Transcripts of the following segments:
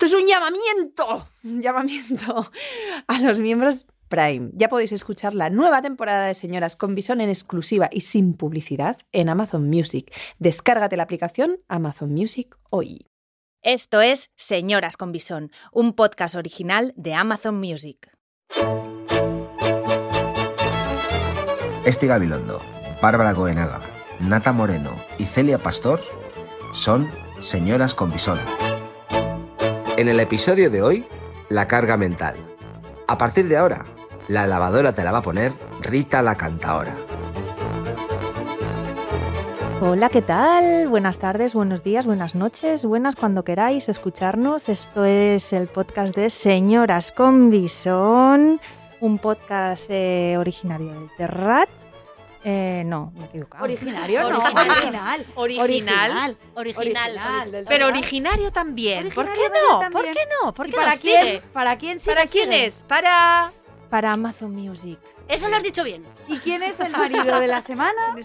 es un llamamiento, un llamamiento a los miembros Prime. Ya podéis escuchar la nueva temporada de Señoras con Bison en exclusiva y sin publicidad en Amazon Music. Descárgate la aplicación Amazon Music hoy. Esto es Señoras con Bisón, un podcast original de Amazon Music. Esti Gabilondo, Bárbara Goenaga, Nata Moreno y Celia Pastor son Señoras con Bisón. En el episodio de hoy, la carga mental. A partir de ahora, la lavadora te la va a poner Rita la Cantaora. Hola, ¿qué tal? Buenas tardes, buenos días, buenas noches, buenas cuando queráis escucharnos. Esto es el podcast de Señoras con Bisón, un podcast eh, originario del Terrat. Eh, no, me he equivocado. Originario, no. Original. Original. Original. Original. Original. Pero originario también. ¿Por qué Originario no? también. ¿Por qué no? ¿Por ¿Y qué para no quién? sigue? ¿Para quién sí ¿Para que quién sigue? es? Para. Para Amazon Music. Eso lo has dicho bien. ¿Y quién es el marido de la semana?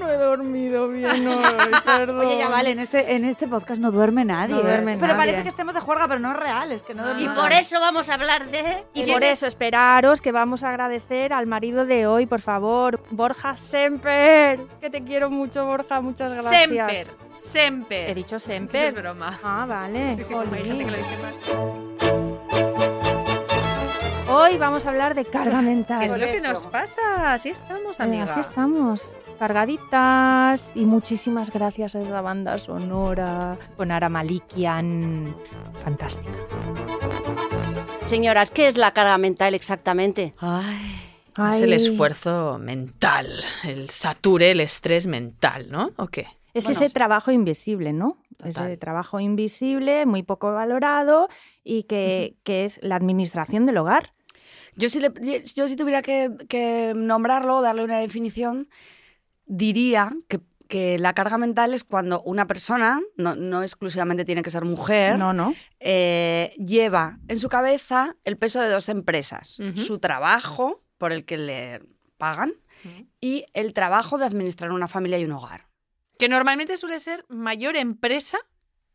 No he dormido bien hoy, perdón. Oye, ya vale, en este, en este podcast no duerme nadie. No duerme pero nadie. parece que estemos de juerga, pero no es real, es Ah. que no duerme Y Ah. nadie. por eso vamos a hablar de. Y ¿Quién por es? eso esperaros que vamos a agradecer al marido de hoy, por favor, Borja Semper. Que te quiero mucho, Borja, muchas gracias. Semper. Semper. He dicho Es Semper. broma. Ah, vale. Hay jolín. gente que lo dice mal. Hoy vamos a hablar de carga mental. ¿Qué es lo Por que eso. nos pasa? Así estamos, Eh, amiga. Así estamos, cargaditas y muchísimas gracias a esa banda sonora con Ara Malikian, fantástica. Señoras, ¿qué es la carga mental exactamente? Ay, es Ay. el esfuerzo mental, el sature, el estrés mental, ¿no? ¿O qué? Es Bueno, ese trabajo invisible, ¿no? Total. Ese trabajo invisible, muy poco valorado y que, que es la administración del hogar. Yo si, le- yo si tuviera que, que nombrarlo, darle una definición, diría que, que la carga mental es cuando una persona, no, no exclusivamente tiene que ser mujer, No, no. eh, lleva en su cabeza el peso de dos empresas. Ujú. Su trabajo, por el que le pagan, y el trabajo de administrar una familia y un hogar. Que normalmente suele ser mayor empresa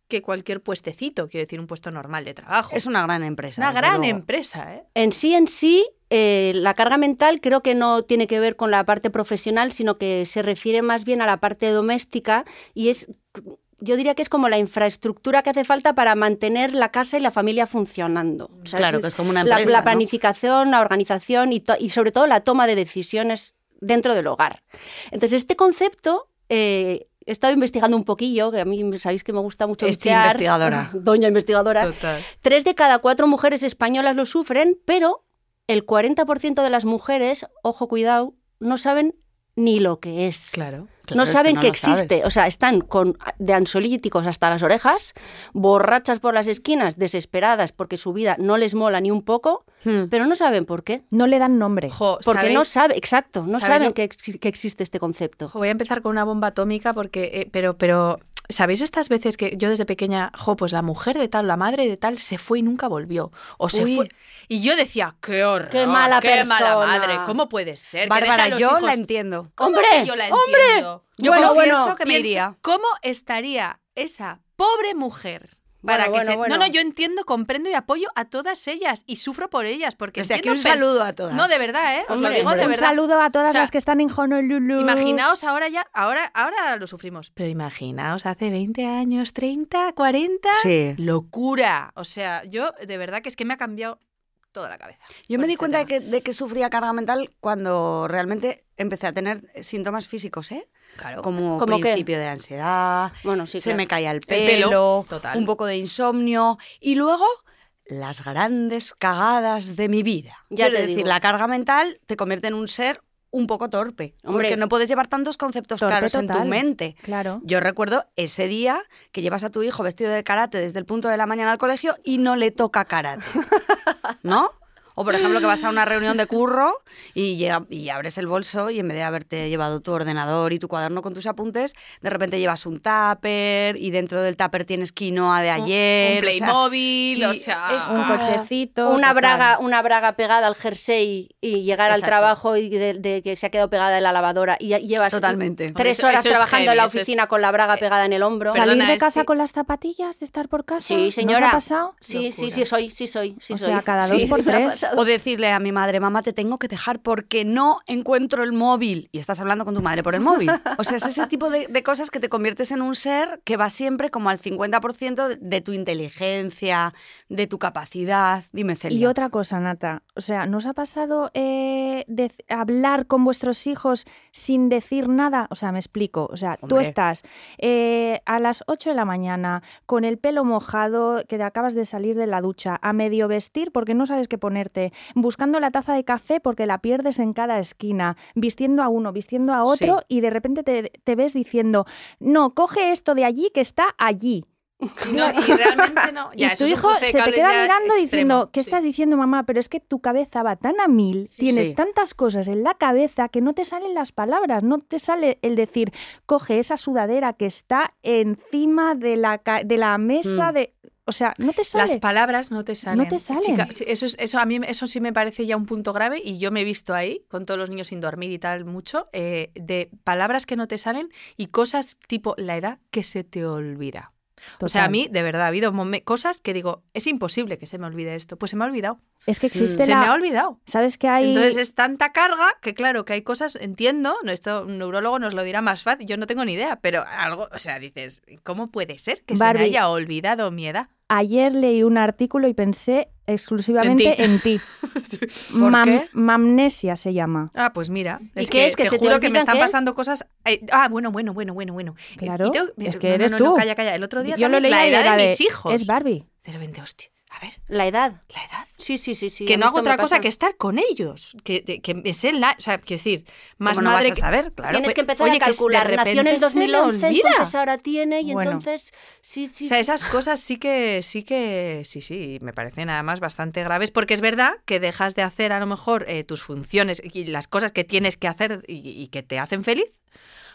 que cualquier puestecito, quiero decir, un puesto normal de trabajo. Es una gran empresa. una desde gran luego. empresa, ¿eh? En sí, en sí, eh, la carga mental creo que no tiene que ver con la parte profesional, sino que se refiere más bien a la parte doméstica y es, yo diría que es como la infraestructura que hace falta para mantener la casa y la familia funcionando. O sea, Claro, es que es como una empresa, La, ¿no? planificación, la organización y, to- y sobre todo la toma de decisiones dentro del hogar. Entonces, este concepto... eh, He estado investigando un poquillo, que a mí sabéis que me gusta mucho Esti bucear. investigadora. Doña investigadora. Total. Tres de cada cuatro mujeres españolas lo sufren, pero el 40% de las mujeres, ojo cuidado, no saben ni lo que es. Claro. no Claro, es saben que, lo sabes. existe. O sea, están con de ansiolíticos hasta las orejas, borrachas por las esquinas, desesperadas porque su vida no les mola ni un poco, Hmm. pero no saben por qué. No le dan nombre. Jo, Porque no ¿sabéis? sabe, exacto, no ¿Sabéis saben lo- que, ex- que existe este concepto. Jo, voy a empezar con una bomba atómica porque, eh, pero, pero, ¿sabéis estas veces que yo desde pequeña, jo, pues la mujer de tal, la madre de tal, se fue y nunca volvió? O se Uy. fue. Y yo decía, qué horror, Qué mala persona. madre, ¿cómo puede ser? que deja a Bárbara, los yo hijos- la entiendo. ¿Cómo ¡Hombre! que yo la entiendo? Yo Bueno, confieso bueno, que me pienso, iría. ¿Cómo estaría esa pobre mujer? Bueno, Para que bueno, se- bueno. No, no, yo entiendo, comprendo y apoyo a todas ellas y sufro por ellas porque Desde aquí un entiendo pe- saludo a todas. No, de verdad, ¿eh? Os Hombre, lo digo de Un verdad. saludo a todas O sea, las que están en Honolulu. Imaginaos ahora ya, ahora, ahora lo sufrimos. Pero imaginaos hace 20 años, 30, 40. Sí. Locura. O sea, yo de verdad que es que me ha cambiado toda la cabeza. Yo con me di este cuenta de tema. que, de que sufría carga mental cuando realmente empecé a tener síntomas físicos, ¿eh? Claro. Como ¿Cómo qué? principio de ansiedad, Bueno, sí, se claro. me caía el pelo, pelo, total. un poco de insomnio y luego las grandes cagadas de mi vida. Ya Quiero te decir, digo. la carga mental te convierte en un ser un poco torpe, Hombre. porque no puedes llevar tantos conceptos Torpe claros en total. tu mente. Claro. Yo recuerdo ese día que llevas a tu hijo vestido de karate desde el punto de la mañana al colegio y no le toca karate. ¿No? O por ejemplo que vas a una reunión de curro y, llega- y abres el bolso y en vez de haberte llevado tu ordenador y tu cuaderno con tus apuntes, de repente llevas un tupper y dentro del tupper tienes quinoa de ayer. un Eh, o sea, Playmobil, sí, o sea, es Un Ah. cochecito. Una total. braga, una braga pegada al jersey y llegar Exacto. al trabajo y de, de que se ha quedado pegada en la lavadora y ya- llevas Totalmente. tres Eso- horas eso es trabajando en heavy, la eso es- eh, oficina con la braga pegada en el hombro. Pero- ¿Salir Perdona, de es casa que- con las zapatillas de estar por casa? Sí, ¿Nos señora. ha pasado? Sí, sí, Locura. sí, soy, sí, soy, sí, O soy. sea, cada Sí, dos por me ha tres. pasado. O decirle a mi madre, mamá, te tengo que dejar porque no encuentro el móvil. Y estás hablando con tu madre por el móvil. O sea, es ese tipo de, de cosas que te conviertes en un ser que va siempre como al 50% de, de tu inteligencia, de tu capacidad. Dime, Celia. Y otra cosa, Nata, o sea, ¿nos ha pasado eh, de c- hablar con vuestros hijos sin decir nada? O sea, me explico. O sea, tú Hombre. estás eh, a las 8 de la mañana con el pelo mojado, que te acabas de salir de la ducha, a medio vestir porque no sabes qué ponerte, buscando la taza de café porque la pierdes en cada esquina, vistiendo a uno, vistiendo a otro, y de repente te, te ves diciendo, no, coge esto de allí que está allí. Y no- y realmente no. Ya, y eso tu es un hijo cruce de se te cables queda ya mirando extremo. diciendo, ¿qué Sí. estás diciendo mamá? Pero es que tu cabeza va tan a mil, tienes sí. tantas cosas en la cabeza que no te salen las palabras, no te sale el decir, coge esa sudadera que está encima de la, ca- de la mesa Mm. de... O sea, no te sale. Las palabras no te salen. te salen. Chica, sí, eso, es- eso a mí eso sí me parece ya un punto grave y yo me he visto ahí con todos los niños sin dormir y tal mucho eh, de palabras que no te salen y cosas tipo la edad que se te olvida. O sea, a Total. mí de verdad ha habido momen- cosas que digo, es imposible que se me olvide esto. Pues se me ha olvidado. Es que existe Se me ha la... olvidado. ¿Sabes que hay...? Entonces es tanta carga que claro que hay cosas, entiendo, no, esto un neurólogo nos lo dirá más fácil, yo no tengo ni idea, pero algo, o sea, dices, ¿cómo puede ser que se Barbie. me haya olvidado mi edad? Ayer leí un artículo y pensé exclusivamente en ti. ¿Por Mam- qué? Mamnesia se llama. Ah, pues mira, ¿Y es qué que, es? ¿Que te se te juro que me olvidan están qué? pasando cosas. Ay, Ah, bueno, bueno, bueno, bueno, bueno. Eh, Claro, y tengo- es no, que no, eres no, tú. No, calla, calla. El otro día Yo lo leí también, la y edad era de, de- mis hijos. Es Barbie. De repente, hostia, a ver, La edad. la edad. Sí, sí, sí, sí. que a no mí hago esto me otra cosa pasa. que estar con ellos. Que, que, que me sé la... O sea, quiero decir, más ¿Cómo no madre vas a saber, claro. Tienes pues, que empezar oye, a que es- de calcular. Nació en el repente se le 2011, y olvida. entonces ahora tiene y Bueno. entonces... Sí, sí. O sea, esas cosas sí que, sí que, sí, sí, me parecen además bastante graves, porque es verdad que dejas de hacer a lo mejor eh, tus funciones y las cosas que tienes que hacer y, y que te hacen feliz,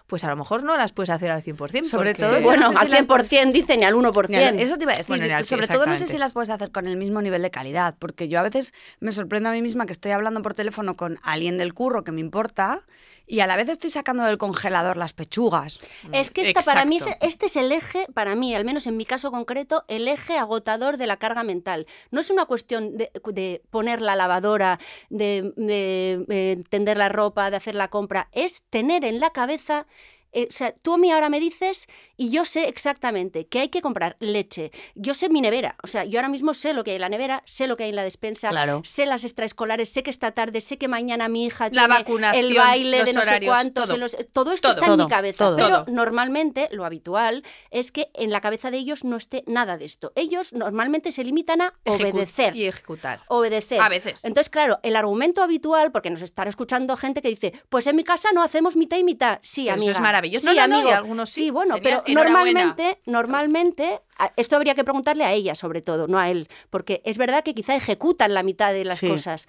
pues a lo mejor no las puedes hacer al 100%. Sobre porque- todo, bueno, yo no sé si las al 100% dicen y al 1%. Ni al- Eso te iba a decir. Bueno, ni al- sobre todo no sé exactamente. si las puedes hacer con el mismo nivel de calidad, porque yo a veces me sorprendo a mí misma que estoy hablando por teléfono con alguien del curro que me importa y a la vez estoy sacando del congelador las pechugas. Es que esta, para mí, Exacto. es- este es el eje, para mí, al menos en mi caso concreto, el eje agotador de la carga mental. No es una cuestión de, de poner la lavadora, de, de, eh, tender la ropa, de hacer la compra. Es tener en la cabeza. eh, o sea, tú a mí ahora me dices y yo sé exactamente que hay que comprar leche. Yo sé mi nevera. O sea, yo ahora mismo sé lo que hay en la nevera, sé lo que hay en la despensa, Claro. sé las extraescolares, sé que esta tarde, sé que mañana mi hija La tiene vacunación, el baile los de no sé horarios, cuántos, todo. en los- todo esto Todo. está en Todo, mi cabeza. todo. Pero Todo. normalmente, lo habitual, es que en la cabeza de ellos no esté nada de esto. Ellos normalmente se limitan a Ejecu- obedecer. Y ejecutar. Obedecer. A veces. Entonces, claro, el argumento habitual, porque nos estará escuchando gente que dice, pues en mi casa no hacemos mitad y mitad. Sí, Pero amiga. eso es maravilloso. Sí, No, no, no, y amigo. algunos sí. bueno, Genial. pero Enhorabuena. normalmente, normalmente, a- esto habría que preguntarle a ella sobre todo, no a él, porque es verdad que quizá ejecutan la mitad de las Sí. cosas,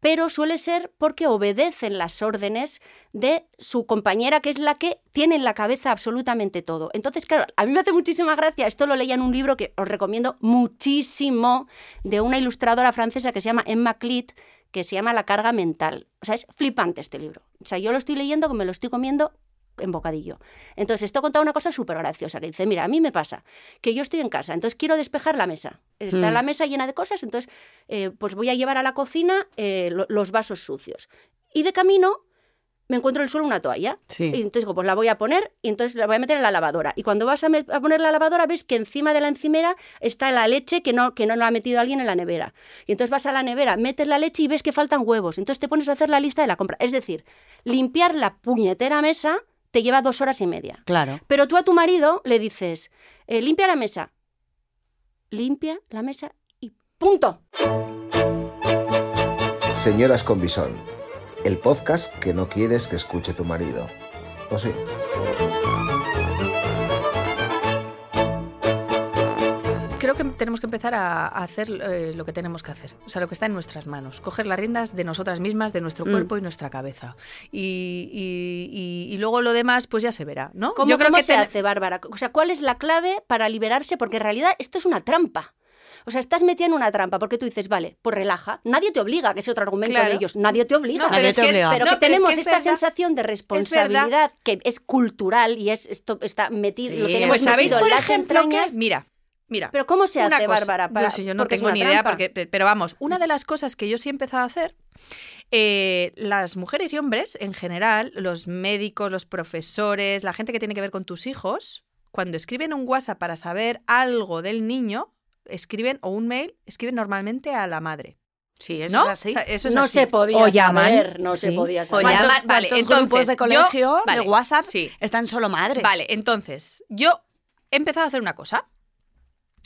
pero suele ser porque obedecen las órdenes de su compañera, que es la que tiene en la cabeza absolutamente todo. Entonces, claro, a mí me hace muchísima gracia, esto lo leía en un libro que os recomiendo muchísimo, de una ilustradora francesa que se llama Emma Clit, que se llama La carga mental. O sea, es flipante este libro. O sea, yo lo estoy leyendo, que me lo estoy comiendo en bocadillo. Entonces, esto contaba una cosa súper graciosa, que dice, mira, a mí me pasa que yo estoy en casa, entonces quiero despejar la mesa. Está Mm. la mesa llena de cosas, entonces eh, pues voy a llevar a la cocina eh, lo- los vasos sucios. Y de camino me encuentro en el suelo una toalla. Sí. Y entonces digo, pues la voy a poner y entonces la voy a meter en la lavadora. Y cuando vas a, me- a poner la lavadora, ves que encima de la encimera está la leche que no, que no la ha metido alguien en la nevera. Y entonces vas a la nevera, metes la leche y ves que faltan huevos. Entonces te pones a hacer la lista de la compra. Es decir, limpiar la puñetera mesa te lleva dos horas y media. Claro. Pero tú a tu marido le dices, eh, limpia la mesa. Limpia la mesa y punto. Señoras con Bisón, el podcast que no quieres que escuche tu marido. ¿O sí? Creo que tenemos que empezar a, a hacer eh, lo que tenemos que hacer, o sea, lo que está en nuestras manos, coger las riendas de nosotras mismas, de nuestro cuerpo y nuestra cabeza. Y, y- y- y luego lo demás, pues ya se verá, ¿no? ¿Cómo, Yo creo cómo que se ten- hace, Bárbara? O sea, ¿cuál es la clave para liberarse? Porque en realidad esto es una trampa. O sea, estás metida en una trampa porque tú dices, vale, pues relaja. Nadie te obliga, que es otro argumento Claro. de ellos. Nadie te obliga. No, pero Nadie es te que- obliga. pero no, que es tenemos es esta verdad. sensación de responsabilidad que es cultural y es esto está metido lo Sí. tenemos Pues sabéis, metido en por las ejemplo, entrañas que... Mira, mira. pero cómo se una hace cosa- Bárbara yo para- sí, yo no porque es tengo una ni idea, trampa. porque, pe- pero vamos, una de las cosas que yo sí he empezado a hacer, eh, las mujeres y hombres en general, los médicos, los profesores, la gente que tiene que ver con tus hijos, cuando escriben un WhatsApp para saber algo del niño, escriben o un mail, escriben normalmente a la madre. Sí, eso ¿No? es así. O sea, eso es no así. se podía O llaman, saber, no se sí. podía O saber. ¿Cuántos, llamar- vale, cuántos entonces, grupos de yo- colegio, vale, de WhatsApp, sí. están solo madres? Vale, entonces, yo he empezado a hacer una cosa.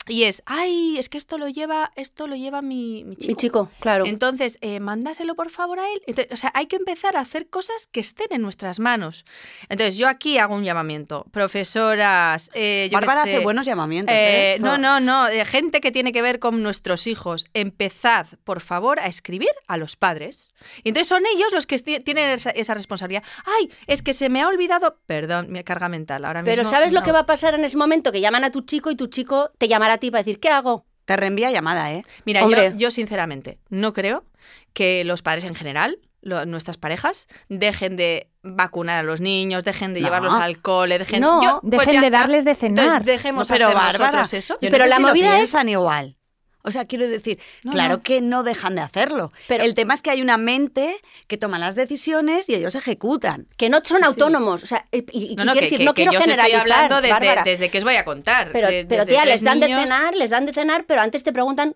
Y es, ay, es que esto lo lleva, esto lo lleva mi, mi chico. Mi chico, claro. Entonces, eh, mándaselo por favor a él. Ente- o sea, hay que empezar a hacer cosas que estén en nuestras manos. Entonces, yo aquí hago un llamamiento. Profesoras, eh, yo qué Bárbara sé, hace buenos llamamientos. eh, ¿eh? no, no, no. eh, gente que tiene que ver con nuestros hijos. Empezad, por favor, a escribir a los padres. Y entonces son ellos los que esti- tienen esa, esa responsabilidad. ¡Ay! Es que se me ha olvidado. Perdón, mi carga mental. Ahora Pero mismo, ¿sabes lo no. que va a pasar en ese momento? Que llaman a tu chico y tu chico te llamará a ti para decir, ¿qué hago? Te reenvía llamada, ¿eh? Mira, yo, Hombre. yo sinceramente no creo que los padres en general, lo- nuestras parejas, dejen de vacunar a los niños, dejen de No. llevarlos al cole, dejen, No, yo- pues dejen ya de está. darles de Entonces, cenar. dejemos No, pero hacer Bárbara, nosotros eso. Yo no Pero sé la si lo movida es- piensan igual. O sea, quiero decir, No, claro no. que no dejan de hacerlo. Pero- el tema es que hay una mente que toma las decisiones y ellos ejecutan. Que no son autónomos. O sea, y, y- y No, no, quiero que, decir, que- no que quiero yo os estoy generalizar, hablando desde, Bárbara. desde que os voy a contar. Pero, de- pero desde tía, tres les dan de niños. cenar, les dan de cenar, pero antes te preguntan,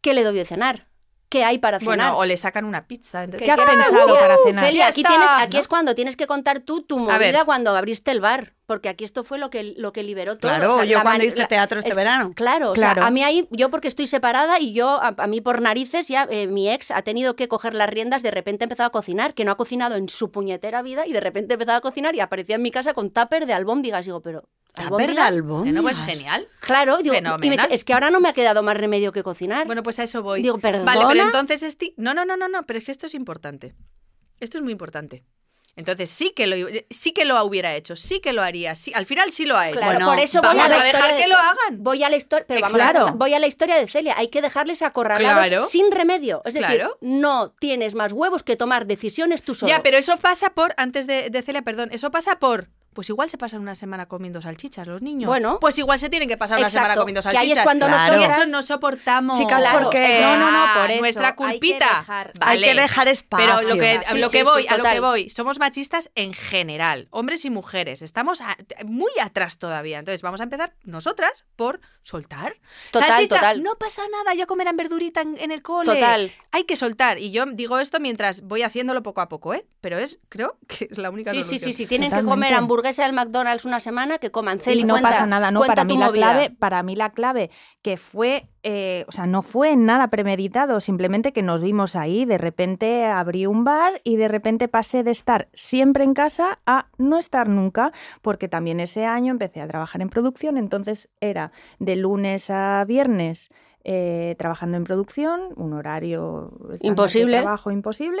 ¿qué le doy de cenar? ¿Qué hay para cenar? Bueno, o le sacan una pizza. entonces- ¿Qué has pensado para cenar? Celia, Ya aquí, está, tienes, aquí ¿no? es cuando tienes que contar tú tu A ver. movida cuando abriste el bar, porque aquí esto fue lo que, lo que liberó todo. Claro, o sea, yo la cuando man- hice la- teatro este es- verano. Claro, o Claro. sea, a mí ahí, yo porque estoy separada y yo, a, a mí por narices, ya eh, mi ex ha tenido que coger las riendas, de repente ha empezado a cocinar, que no ha cocinado en su puñetera vida y de repente empezaba a cocinar y aparecía en mi casa con tupper de albóndigas. Digo, pero... Tupper de ¿albóndigas? albóndigas. Bueno, pues genial. Claro, digo, y me- Fenomenal. es que ahora no me ha quedado más remedio que cocinar. Bueno, pues a eso voy. Digo, perdona. Vale, pero entonces Esti... No, no, no, no, no, pero es que esto es importante. Esto es muy importante. Entonces sí que lo, sí que lo hubiera hecho, sí que lo haría, sí, al final sí lo ha hecho. Claro, Bueno, por eso voy vamos a, la a dejar historia de- que lo hagan. Voy a la historia, pero vamos a- Claro. voy a la historia de Celia. Hay que dejarles acorralados Claro. sin remedio. Es decir, Claro. no tienes más huevos que tomar decisiones tú solo. Ya, pero eso pasa por, antes de, de Celia, perdón, eso pasa por... Pues igual se pasan una semana comiendo salchichas los niños. Bueno. Pues igual se tienen que pasar una Exacto, semana comiendo que ahí es salchichas. cuando Claro. Y nosotras- eso no soportamos. Chicas, Claro, porque es- Ah, no, no, no, por eso. nuestra culpita. dejar- hay que Vale. dejar espacio. Pero lo que, a Sí, lo que sí, voy, sí, a lo que total. voy, somos machistas en general, hombres y mujeres. Estamos a- muy atrás todavía. Entonces, vamos a empezar nosotras por soltar. Total, Salchicha, total. no pasa nada, ya comerán verdurita en, en el cole. Total. Hay que soltar. Y yo digo esto mientras voy haciéndolo poco a poco, ¿eh? Pero es, creo que es la única Sí, sí, solución. sí, sí. Tienen que Totalmente. comer hamburguesa del McDonald's una semana, que coman Celi. y no cuenta- pasa nada, no. cuenta Para mí, tu la movida. clave, para mí la clave que fue, eh, o sea, no fue nada premeditado, simplemente que nos vimos ahí, de repente abrí un bar y de repente pasé de estar siempre en casa a no estar nunca, porque también ese año empecé a trabajar en producción, entonces era de lunes a viernes. eh, trabajando en producción, un horario estándar de Imposible. trabajo imposible,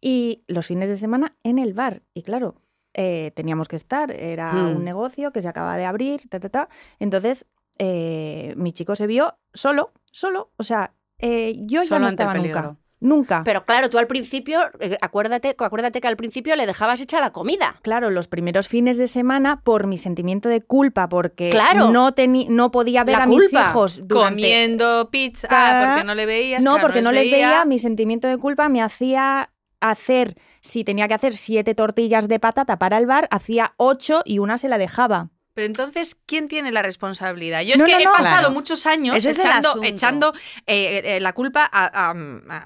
y los fines de semana en el bar. Y claro, eh, teníamos que estar, era Hmm. un negocio que se acaba de abrir, ta, ta, ta. Entonces, eh, mi chico se vio solo, solo, o sea, eh, yo ya Solo no ante el estaba nunca. peligro. Nunca. Pero claro, tú al principio, eh, acuérdate, acuérdate que al principio le dejabas hecha la comida. Claro, los primeros fines de semana por mi sentimiento de culpa, porque Claro. no, teni- no podía ver La a mis culpa. hijos durante Comiendo pizza. Ah, Claro. porque no le veías. No, claro, porque no les veía. veía. mi sentimiento de culpa me hacía hacer, si tenía que hacer siete tortillas de patata para el bar, hacía ocho y una se la dejaba. Pero entonces, ¿quién tiene la responsabilidad? Yo es No, que no, he no. pasado Claro. muchos años Ese es el echando, asunto. echando eh, eh, la culpa a, a-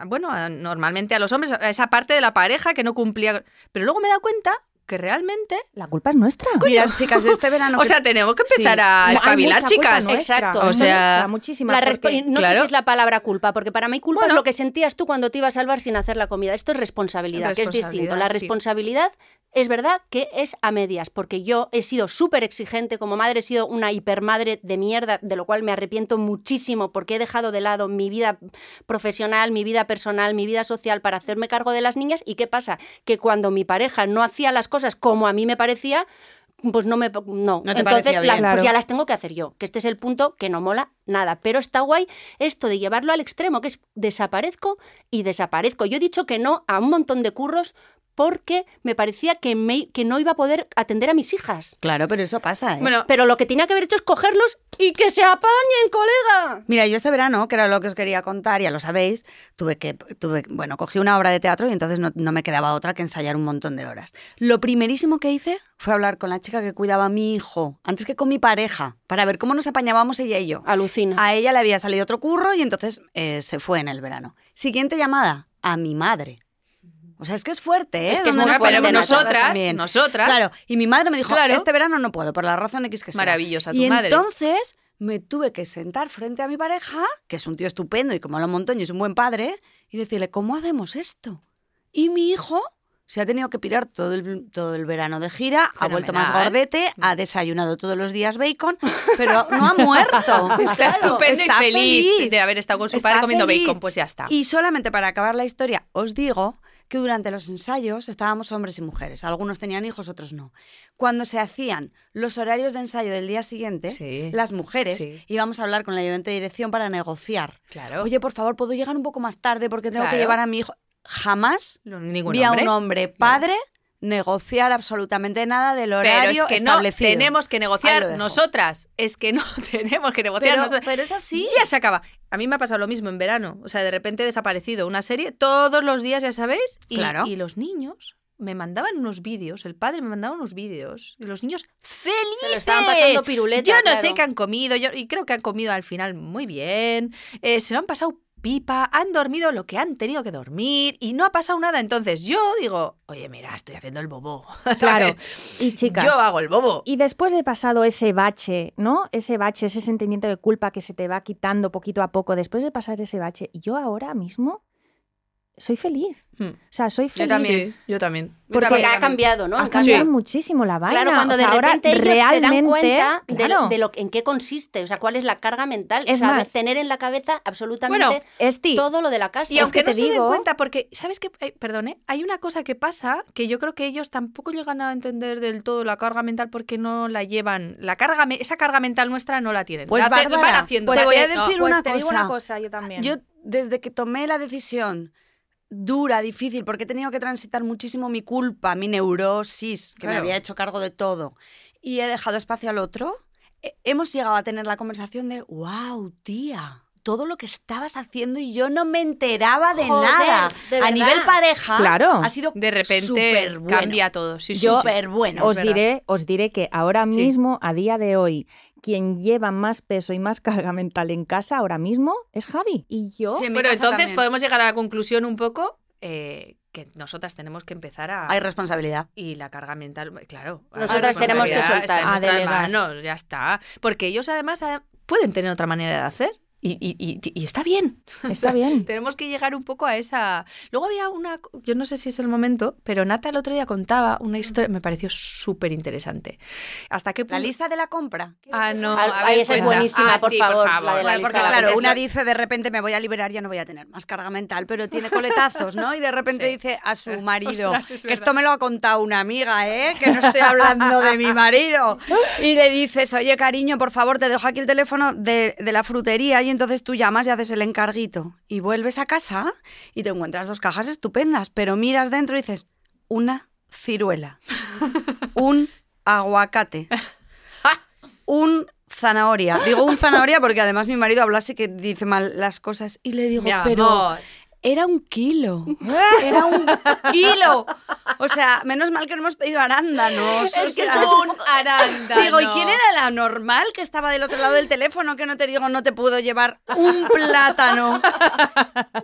a- bueno, a- normalmente a los hombres, a esa parte de la pareja que no cumplía. Pero luego me he dado cuenta que realmente... La culpa es nuestra. Mirad, chicas, yo este verano... O que- sea, tenemos que empezar Sí. a No, hay espabilar, mucha culpa chicas. nuestra, Exacto. hay O sea, mucha, muchísima, La porque- respo- no sé claro. si es la palabra culpa, porque para mí culpa Bueno. es lo que sentías tú cuando te ibas al bar sin hacer la comida. Esto es responsabilidad, que es distinto. La Responsabilidad, sí. responsabilidad es verdad que es a medias, porque yo he sido súper exigente como madre, he sido una hipermadre de mierda, de lo cual me arrepiento muchísimo porque he dejado de lado mi vida profesional, mi vida personal, mi vida social para hacerme cargo de las niñas. ¿Y qué pasa? Que cuando mi pareja no hacía las cosas como a mí me parecía, pues no me no, No te entonces parecía las- bien. pues Claro. ya las tengo que hacer yo, que este es el punto que no mola nada, pero está guay esto de llevarlo al extremo, que es desaparezco y desaparezco. Yo he dicho que no a un montón de curros porque me parecía que, me- que no iba a poder atender a mis hijas. Claro, pero eso pasa, ¿eh? Bueno, Pero lo que tenía que haber hecho es cogerlos y que se apañen, colega. Mira, yo este verano, que era lo que os quería contar, ya lo sabéis, tuve que, tuve, bueno, cogí una obra de teatro y entonces no, no me quedaba otra que ensayar un montón de horas. Lo primerísimo que hice fue hablar con la chica que cuidaba a mi hijo, antes que con mi pareja, para ver cómo nos apañábamos ella y yo. Alucina. A ella le había salido otro curro y entonces eh, se fue en el verano. Siguiente llamada, a mi madre. O sea, es que es fuerte, ¿eh? Es que es Donde muy nos fuerte, ponemos nosotras, también. nosotras. Claro, y mi madre me dijo, Claro. este verano no puedo, por la razón X que sea. Maravillosa tu y madre. entonces me tuve que sentar frente a mi pareja, que es un tío estupendo y como lo montón y es un buen padre, y decirle, ¿cómo hacemos esto? Y mi hijo se ha tenido que pirar todo el, todo el verano de gira, ha Fenomenal. Mm. vuelto más gordete, ha desayunado todos los días bacon, pero no ha muerto. Está Claro, estupendo está y feliz, feliz. de haber estado con su Está padre comiendo feliz. bacon, pues ya está. Y solamente para acabar la historia, os digo que durante los ensayos estábamos hombres y mujeres. Algunos tenían hijos, otros no. Cuando se hacían los horarios de ensayo del día siguiente, Sí. las mujeres Sí. íbamos a hablar con la ayudante de dirección para negociar. Claro. Oye, por favor, ¿puedo llegar un poco más tarde porque tengo Claro. que llevar a mi hijo? Jamás No, ningún vi a hombre. un hombre padre negociar absolutamente nada del Pero horario es que no establecido. tenemos que Ahí lo negociar dejo. nosotras. Es que no tenemos que negociar Pero, nosotras. pero es así. Ya se acaba. A mí me ha pasado lo mismo en verano. O sea, de repente he desaparecido una serie todos los días, ya sabéis. Y, Claro. y los niños me mandaban unos vídeos. El padre me mandaba unos vídeos. Y los niños felices. Se lo estaban pasando piruleta. Yo no claro. sé qué han comido, yo, y creo que han comido al final muy bien, eh, se lo han pasado pipa, han dormido lo que han tenido que dormir y no ha pasado nada. Entonces yo digo, oye, mira, estoy haciendo el bobo. ¿sabes? Claro. Y chicas. Yo hago el bobo. Y después de pasado ese bache, ¿no? Ese bache, ese sentimiento de culpa que se te va quitando poquito a poco, después de pasar ese bache, yo ahora mismo soy feliz. Hmm. O sea, soy feliz. yo también. Porque Porque ha cambiado, ¿no? Ha cambiado Ah, Han cambiado. muchísimo la vaina. Claro, cuando O sea, de repente ahora ellos realmente, se dan cuenta de- claro, de, lo, en qué consiste, o sea, cuál es la carga mental, Es saber más- tener en la cabeza absolutamente Bueno, Esti, todo lo de la casa. Y aunque que no te se den digo- cuenta, porque, ¿sabes qué? Eh, perdón, ¿eh? hay una cosa que pasa que yo creo que ellos tampoco llegan a entender del todo la carga mental porque no la llevan. La carga, me- esa carga mental nuestra no la tienen. Pues, La hace- Bárbara, van haciendo. pues La te voy a hacen- no, decir pues una te digo cosa. una cosa, yo también. Yo desde que tomé la decisión dura, difícil, porque he tenido que transitar muchísimo mi culpa, mi neurosis, que me Claro. había hecho cargo de todo, y he dejado espacio al otro, he- hemos llegado a tener la conversación de, wow, tía, todo lo que estabas haciendo y yo no me enteraba de Joder, nada. de a verdad. nivel pareja, Claro. ha sido De repente súper bueno. cambia todo. Sí, sí, Yo- sí. Súper bueno. Sí, os es verdad. diré, os diré que ahora Sí. mismo, a día de hoy, quien lleva más peso y más carga mental en casa ahora mismo es Javi. Y yo Sí, en mi Bueno, casa entonces también. podemos llegar a la conclusión un poco eh, que nosotras tenemos que empezar a... Hay responsabilidad. Y la carga mental, claro. Nosotras la tenemos que responsabilidad soltar. Está en A nuestras delegar. manos, ya está. Porque ellos además eh, pueden tener otra manera de hacer y, y- y- y está bien. está bien. Tenemos que llegar un poco a esa... Luego había una... co- Yo no sé si es el momento, pero Nata el otro día contaba una historia, me pareció súper interesante. ¿Hasta qué punto... La lista de la compra. Ah, no. Al- a ay, ver, esa es cuenta. buenísima, Ah, por sí, favor, la de la Bueno, lista porque de la claro, compra. una dice de repente me voy a liberar, ya no voy a tener más carga mental, pero tiene coletazos, ¿no? Y de repente Sí. dice a su marido, Ostras, es que verdad. esto me lo ha contado una amiga, ¿eh? Que no estoy hablando de mi marido. Y le dices, oye cariño, por favor, te dejo aquí el teléfono de, de la frutería y entonces tú llamas y haces el encarguito. Y vuelves a casa y te encuentras dos cajas estupendas, pero miras dentro y dices, una ciruela, un aguacate un zanahoria. Digo un zanahoria porque además mi marido habla así que dice mal las cosas. Y le digo, Mi pero amor, Era un kilo. Era un kilo. O sea, menos mal que no hemos pedido arándanos. o sea, un arándano. Digo, ¿y quién era la normal que estaba del otro lado del teléfono que no te digo no te puedo llevar un plátano?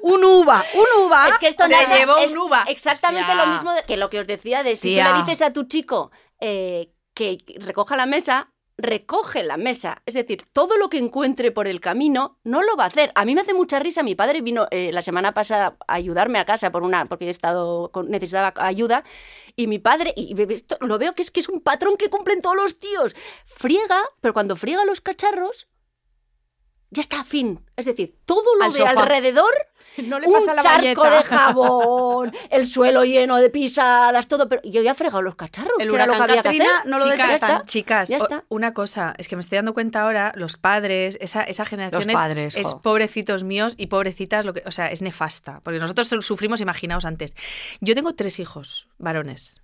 Un uva, un uva. Es que esto Te nada, llevó es un uva. Exactamente Hostia. lo mismo de- que lo que os decía de si Tía. tú le dices a tu chico eh, que recoja la mesa, recoge la mesa. Es decir, todo lo que encuentre por el camino no lo va a hacer. A mí me hace mucha risa. Mi padre vino eh, la semana pasada a ayudarme a casa por una, porque he estado con- necesitaba ayuda. Y mi padre, y y esto lo veo que es que es un patrón que cumplen todos los tíos. Friega, pero cuando friega los cacharros, ya está, fin. Es decir, todo lo Al de sofá. alrededor No le un pasa la charco bayeta. de jabón, el suelo lleno de pisadas, todo. Pero yo ya he fregado los cacharros, El que era lo que huracán había que Katrina hacer. no lo Ya detectan. está. Chicas, Ya o- está. una cosa, es que me estoy dando cuenta ahora, los padres, esa, esa generación Los es- padres, es, jo. pobrecitos míos y pobrecitas, lo que, o sea, es nefasta, porque nosotros su- sufrimos, imaginaos antes. Yo tengo tres hijos varones.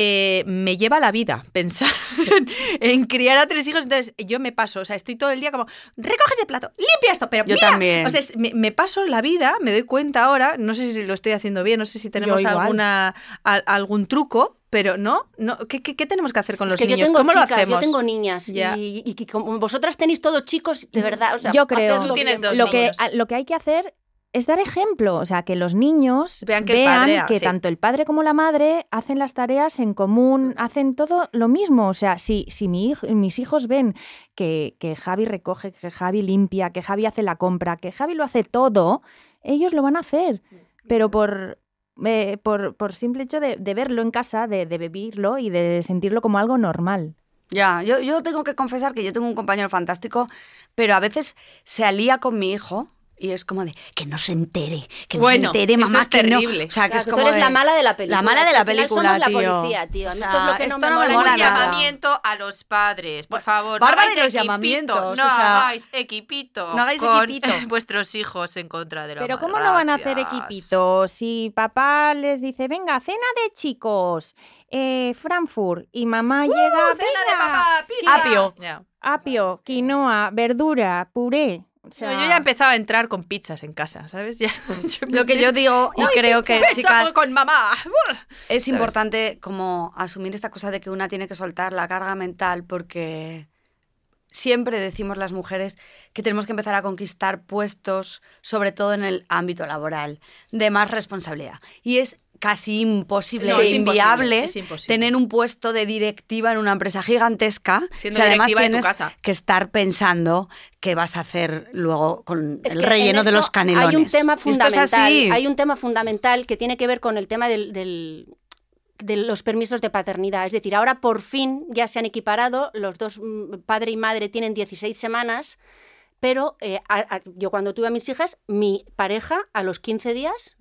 Eh, me lleva la vida pensar en, en criar a tres hijos, entonces yo me paso, o sea, estoy todo el día como, recoge ese plato, limpia esto, pero Yo mira". también. O sea, es- me, me paso la vida, me doy cuenta ahora, no sé si lo estoy haciendo bien, no sé si tenemos igual. alguna al- algún truco, pero no, no ¿qué, qué, qué tenemos que hacer con Es los que niños? yo tengo ¿Cómo chicas, lo hacemos? yo tengo niñas. Ya. Y, y que como vosotras tenéis todos chicos, Mm. de verdad. o sea, Yo creo. hacedlo Tú tienes bien. dos lo que, niños. a- lo que hay que hacer es dar ejemplo, o sea, que los niños Vean que el padrea, que sí. tanto el padre como la madre hacen las tareas en Mm. común, hacen todo lo mismo. O sea, si, si mi hij- mis hijos ven que, que Javi recoge, que Javi limpia, que Javi hace la compra, que Javi lo hace todo, ellos lo van a hacer. Pero por, eh, por, por simple hecho de, de verlo en casa, de, de vivirlo y de sentirlo como algo normal. Ya, yo, yo tengo que confesar que yo tengo un compañero fantástico, pero a veces se alía con mi hijo y es como de que no se entere, que no Bueno, se entere, eso mamá, es que no". terrible. O sea, que Claro, es que tú como eres de- la mala de la película. La mala de que la al final película, somos la tío. policía, tío. A mí O esto es lo sea, que no esto me no me mola mola ni nada. llamamiento a los padres, por favor. Bárbara y no hagáis los llamamientos, equipito, no o sea, hagáis equipito. no hagáis con equipito. vuestros hijos en contra de la Pero madre. ¿cómo no van a hacer Gracias. equipito? Si papá les dice, venga, cena de chicos, eh, Frankfurt, y mamá llega, ¡Uh, Cena de "Venga, papá, pizza. Apio. Ya. apio, quinoa, verdura, puré. O sea, yo ya he empezado a entrar con pizzas en casa, ¿sabes? Ya, yo me Lo que estoy- yo digo y creo que, Pizza chicas, con mamá. es ¿sabes? importante como asumir esta cosa de que una tiene que soltar la carga mental porque siempre decimos las mujeres que tenemos que empezar a conquistar puestos, sobre todo en el ámbito laboral, de más responsabilidad. Y es casi imposible, No, es inviable imposible, es imposible. tener un puesto de directiva en una empresa gigantesca Siendo si además directiva de tu tienes casa. que estar pensando qué vas a hacer luego con Es el que en relleno de esto los canelones. Hay un tema Esto es fundamental. así. Hay un tema fundamental que tiene que ver con el tema del- del- de los permisos de paternidad. Es decir, ahora por fin ya se han equiparado, los dos, mm, padre y madre, tienen 16 semanas, pero eh, a- a- yo cuando tuve a mis hijas, mi pareja a los 15 días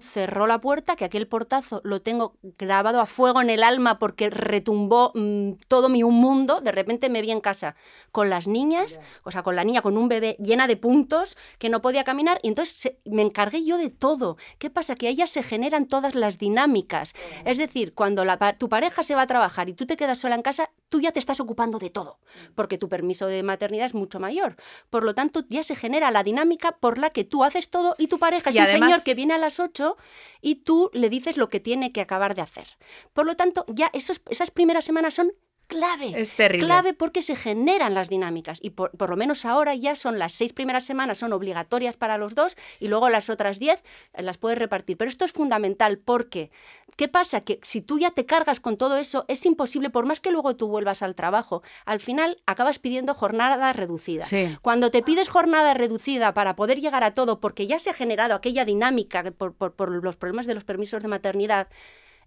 cerró la puerta, que aquel portazo lo tengo grabado a fuego en el alma porque retumbó mm, todo mi un mundo. De repente me vi en casa con las niñas, o sea, con la niña, con un bebé llena de puntos que no podía caminar. Y entonces se- me encargué yo de todo. ¿Qué pasa? Que a ellas se generan todas las dinámicas. Es decir, cuando la pa- tu pareja se va a trabajar y tú te quedas sola en casa, tú ya te estás ocupando de todo, Mm. porque tu permiso de maternidad es mucho mayor. Por lo tanto, ya se genera la dinámica por la que tú haces todo y tu pareja es Y un además- señor que viene a las 8 y tú le dices lo que tiene que acabar de hacer. Por lo tanto, ya esos- esas primeras semanas son clave. Es terrible. Clave porque se generan las dinámicas y por, por lo menos ahora ya son las seis primeras semanas, son obligatorias para los dos y luego las otras diez eh, las puedes repartir. Pero esto es fundamental porque, ¿qué pasa? Que si tú ya te cargas con todo eso, es imposible, por más que luego tú vuelvas al trabajo, al final acabas pidiendo jornada reducida. Sí. Cuando te pides jornada reducida para poder llegar a todo, porque ya se ha generado aquella dinámica por, por- por los problemas de los permisos de maternidad,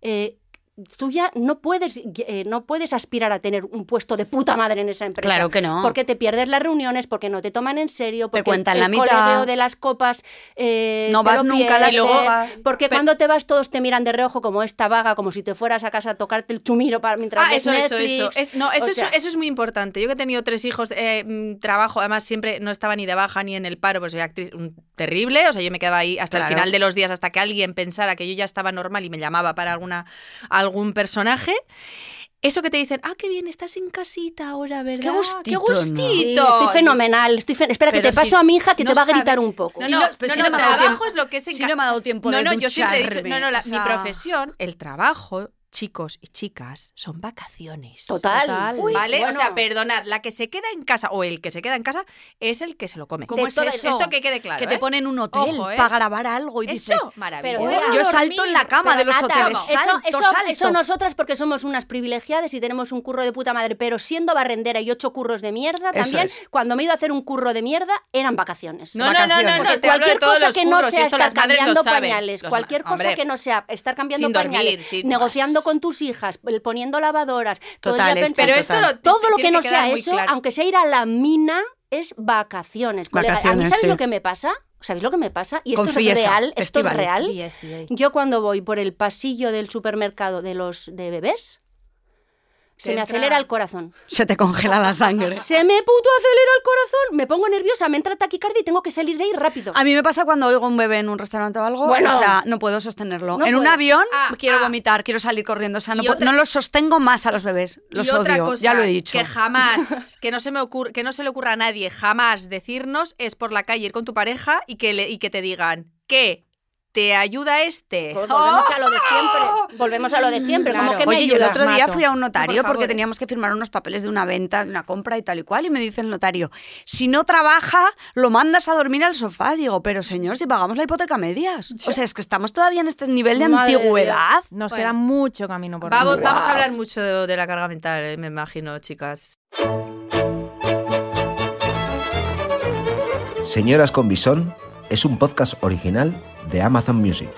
eh, tú ya no puedes, eh, no puedes aspirar a tener un puesto de puta madre en esa empresa. Claro que no. Porque te pierdes las reuniones, porque no te toman en serio, porque cuentan el la mitad. colegueo de las copas eh, No te vas lo nunca a las pierdes, Y luego- porque Pe- cuando te vas todos te miran de reojo como esta vaga, como si te fueras a casa a tocarte el chumiro para mientras Ah, ves eso, eso, Netflix. eso. Es- no, eso, O es- sea- eso es, muy importante. Yo que he tenido tres hijos, eh, mm, trabajo, además siempre no estaba ni de baja ni en el paro, porque soy actriz mm, terrible. O sea, yo me quedaba ahí hasta Claro. el final de los días, hasta que alguien pensara que yo ya estaba normal y me llamaba para alguna, algún personaje. Eso que te dicen, ah, qué bien, estás en casita ahora, ¿verdad? ¡Qué gustito, ¿no? gustito! Sí, estoy fenomenal. Estoy fe- Espera, que Pero te paso si a mi hija que no te va a sabe- gritar un poco. No, Y no, no, no, pero si no, no me ha dado trabajo tiempo- es lo que es en si no me ha dado tiempo No, de no, yo siempre he dicho, ducharme, no, no, la- o sea- mi profesión, el trabajo, chicos y chicas, son vacaciones. Total. Uy, ¿Vale? bueno. O sea, perdonad, la que se queda en casa o el que se queda en casa es el que se lo come. ¿Cómo de es toda- eso? Esto que quede claro. que te ¿eh? ponen un hotel Ojo, ¿eh? para grabar algo y dices, Eso, maravilla. Pero "Uy, voy a yo salto en la cama Pero de los nada, hoteles. Eso, salto, eso, salto. eso nosotras porque somos unas privilegiadas y tenemos un curro de puta madre, pero siendo barrendera y ocho curros de mierda Eso también, es. cuando me he ido a hacer un curro de mierda eran vacaciones. no, no, no, no, no, Porque te hablo de cualquier todos cosa los que no curros, y sea esto estar las madres lo cambiando saben, pañales, los ma- cualquier cosa hombre, que no sea estar cambiando sin dormir, pañales, sin- negociando con tus hijas, el- poniendo lavadoras, todo el día Total, es- pensando- pero esto total. lo- todo lo tiene que no quedar sea muy eso, claro. aunque sea ir a la mina, es vacaciones. colega. a mí, Vacaciones, ¿sabéis sí. lo que me pasa? ¿Sabéis lo que me pasa? Y esto Confiesa, es real, esto es Estíbaliz. real. Y es, y es. Yo cuando voy por el pasillo del supermercado de los de bebés, se Te me entra- acelera el corazón. Se te congela la sangre. Se me puto acelera el corazón, me pongo nerviosa, me entra taquicardia y tengo que salir de ahí rápido. A mí me pasa cuando oigo un bebé en un restaurante o algo, Bueno. o sea, no puedo sostenerlo. No en un puedo. avión Ah, quiero ah. vomitar, quiero salir corriendo, o sea, no, Y po- otra- no los sostengo más a los bebés, los y odio, otra cosa ya lo he dicho. que jamás, que no se me ocurre, que no se le ocurra a nadie jamás decirnos es por la calle ir con tu pareja y que le- y que te digan que te ayuda este. Volvemos a lo de siempre, volvemos a lo de siempre, como que me Oye, y el ayudas? otro día Mato. fui a un notario Por favor, porque eh. teníamos que firmar unos papeles de una venta, de una compra y tal y cual, y me dice el notario, si no trabaja, lo mandas a dormir al sofá. Digo, pero señor, si pagamos la hipoteca a medias. O sea, es que estamos todavía en este nivel de Madre de antigüedad. Nos Bueno. queda mucho camino por Vamos, recorrer. vamos a hablar mucho de, de la carga mental, eh, me imagino, chicas. Señoras con Bisón es un podcast original de Amazon Music.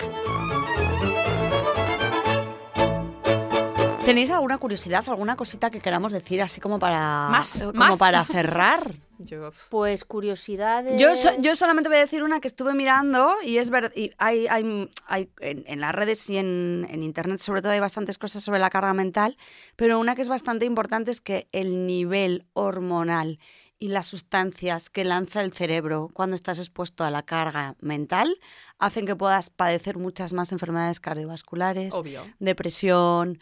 ¿Tenéis alguna curiosidad, alguna cosita que queramos decir así como para, Más, como más. para cerrar? Yo- Pues curiosidades. Yo, Eh. so- yo solamente voy a decir una que estuve mirando y es verdad, y hay, hay, hay- en, en las redes y en, en internet sobre todo hay bastantes cosas sobre la carga mental, pero una que es bastante importante es que el nivel hormonal y las sustancias que lanza el cerebro cuando estás expuesto a la carga mental hacen que puedas padecer muchas más enfermedades Pues, cardiovasculares, Obvio. depresión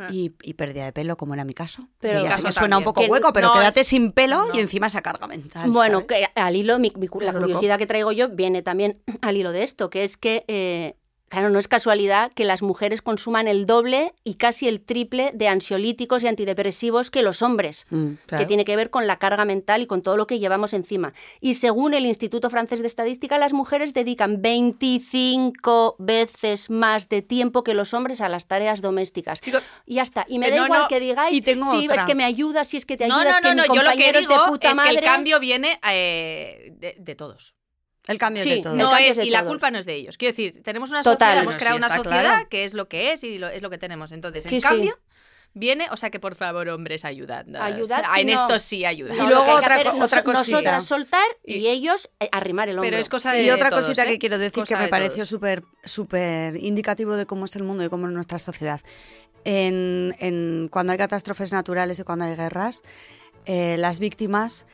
Ah. y, y pérdida de pelo, como era mi caso. Pero- Que ya sé que Caso suena un también. poco Que- hueco, pero no, quédate es- sin pelo no. y encima esa carga mental. Bueno, ¿sabes? que al hilo, mi- mi cu- la Pero loco. curiosidad que traigo yo viene también al hilo de esto, que es que, eh, claro, no es casualidad que las mujeres consuman el doble y casi el triple de ansiolíticos y antidepresivos que los hombres. Mm. Claro. que tiene que ver con la carga mental y con todo lo que llevamos encima. Y según el Instituto Francés de Estadística, las mujeres dedican 25 veces más de tiempo que los hombres a las tareas domésticas. Chicos, Y ya está. Y me Que da no, igual no. que digáis, Y tengo sí, otra. es que me ayudas, si es que te no, ayudas, no, no, que mi no, yo lo que compañero es de digo puta es que el madre. cambio viene eh, de, de todos. El cambio Sí, de todo. El No cambio es, es de y la todos. culpa no es de ellos. Quiero decir, tenemos una Total. sociedad, hemos Bueno, creado sí, una está sociedad claro. que es lo que es y lo, es lo que tenemos. Entonces, Sí, en sí. cambio, viene, o sea que por favor, hombres, ayudadnos. Ayudad, Ah, si en no- esto sí ayudad. Y lo luego que hay que otra hacer co- es nos- otra cosita. Nosotras soltar y, Y- ellos eh, arrimar el hombro. Pero es cosa de Y otra todos, cosita ¿eh? que quiero decir Cosa que me de pareció todos. súper súper indicativo de cómo es el mundo y cómo es nuestra sociedad. En, en- cuando hay catástrofes naturales y cuando hay guerras, eh, las víctimas,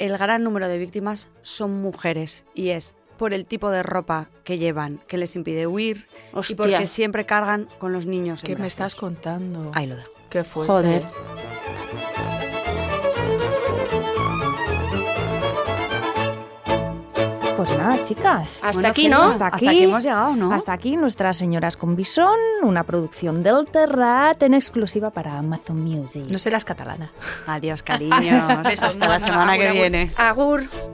el gran número de víctimas son mujeres y es por el tipo de ropa que llevan, que les impide huir y Hostia. porque siempre cargan con los niños. en brazos. contando? Ahí lo dejo. qué fuerte. Joder. Pues nada, chicas. Ah, Hasta Bueno, aquí, Celia, ¿no? Hasta aquí. Hasta aquí hemos llegado, ¿no? Hasta aquí Nuestras Señoras con Bisón, una producción del Terrat en exclusiva para Amazon Music. serás catalana. Adiós, cariños. Besos, Hasta la mua, mua, semana agur, que agur. viene. Agur.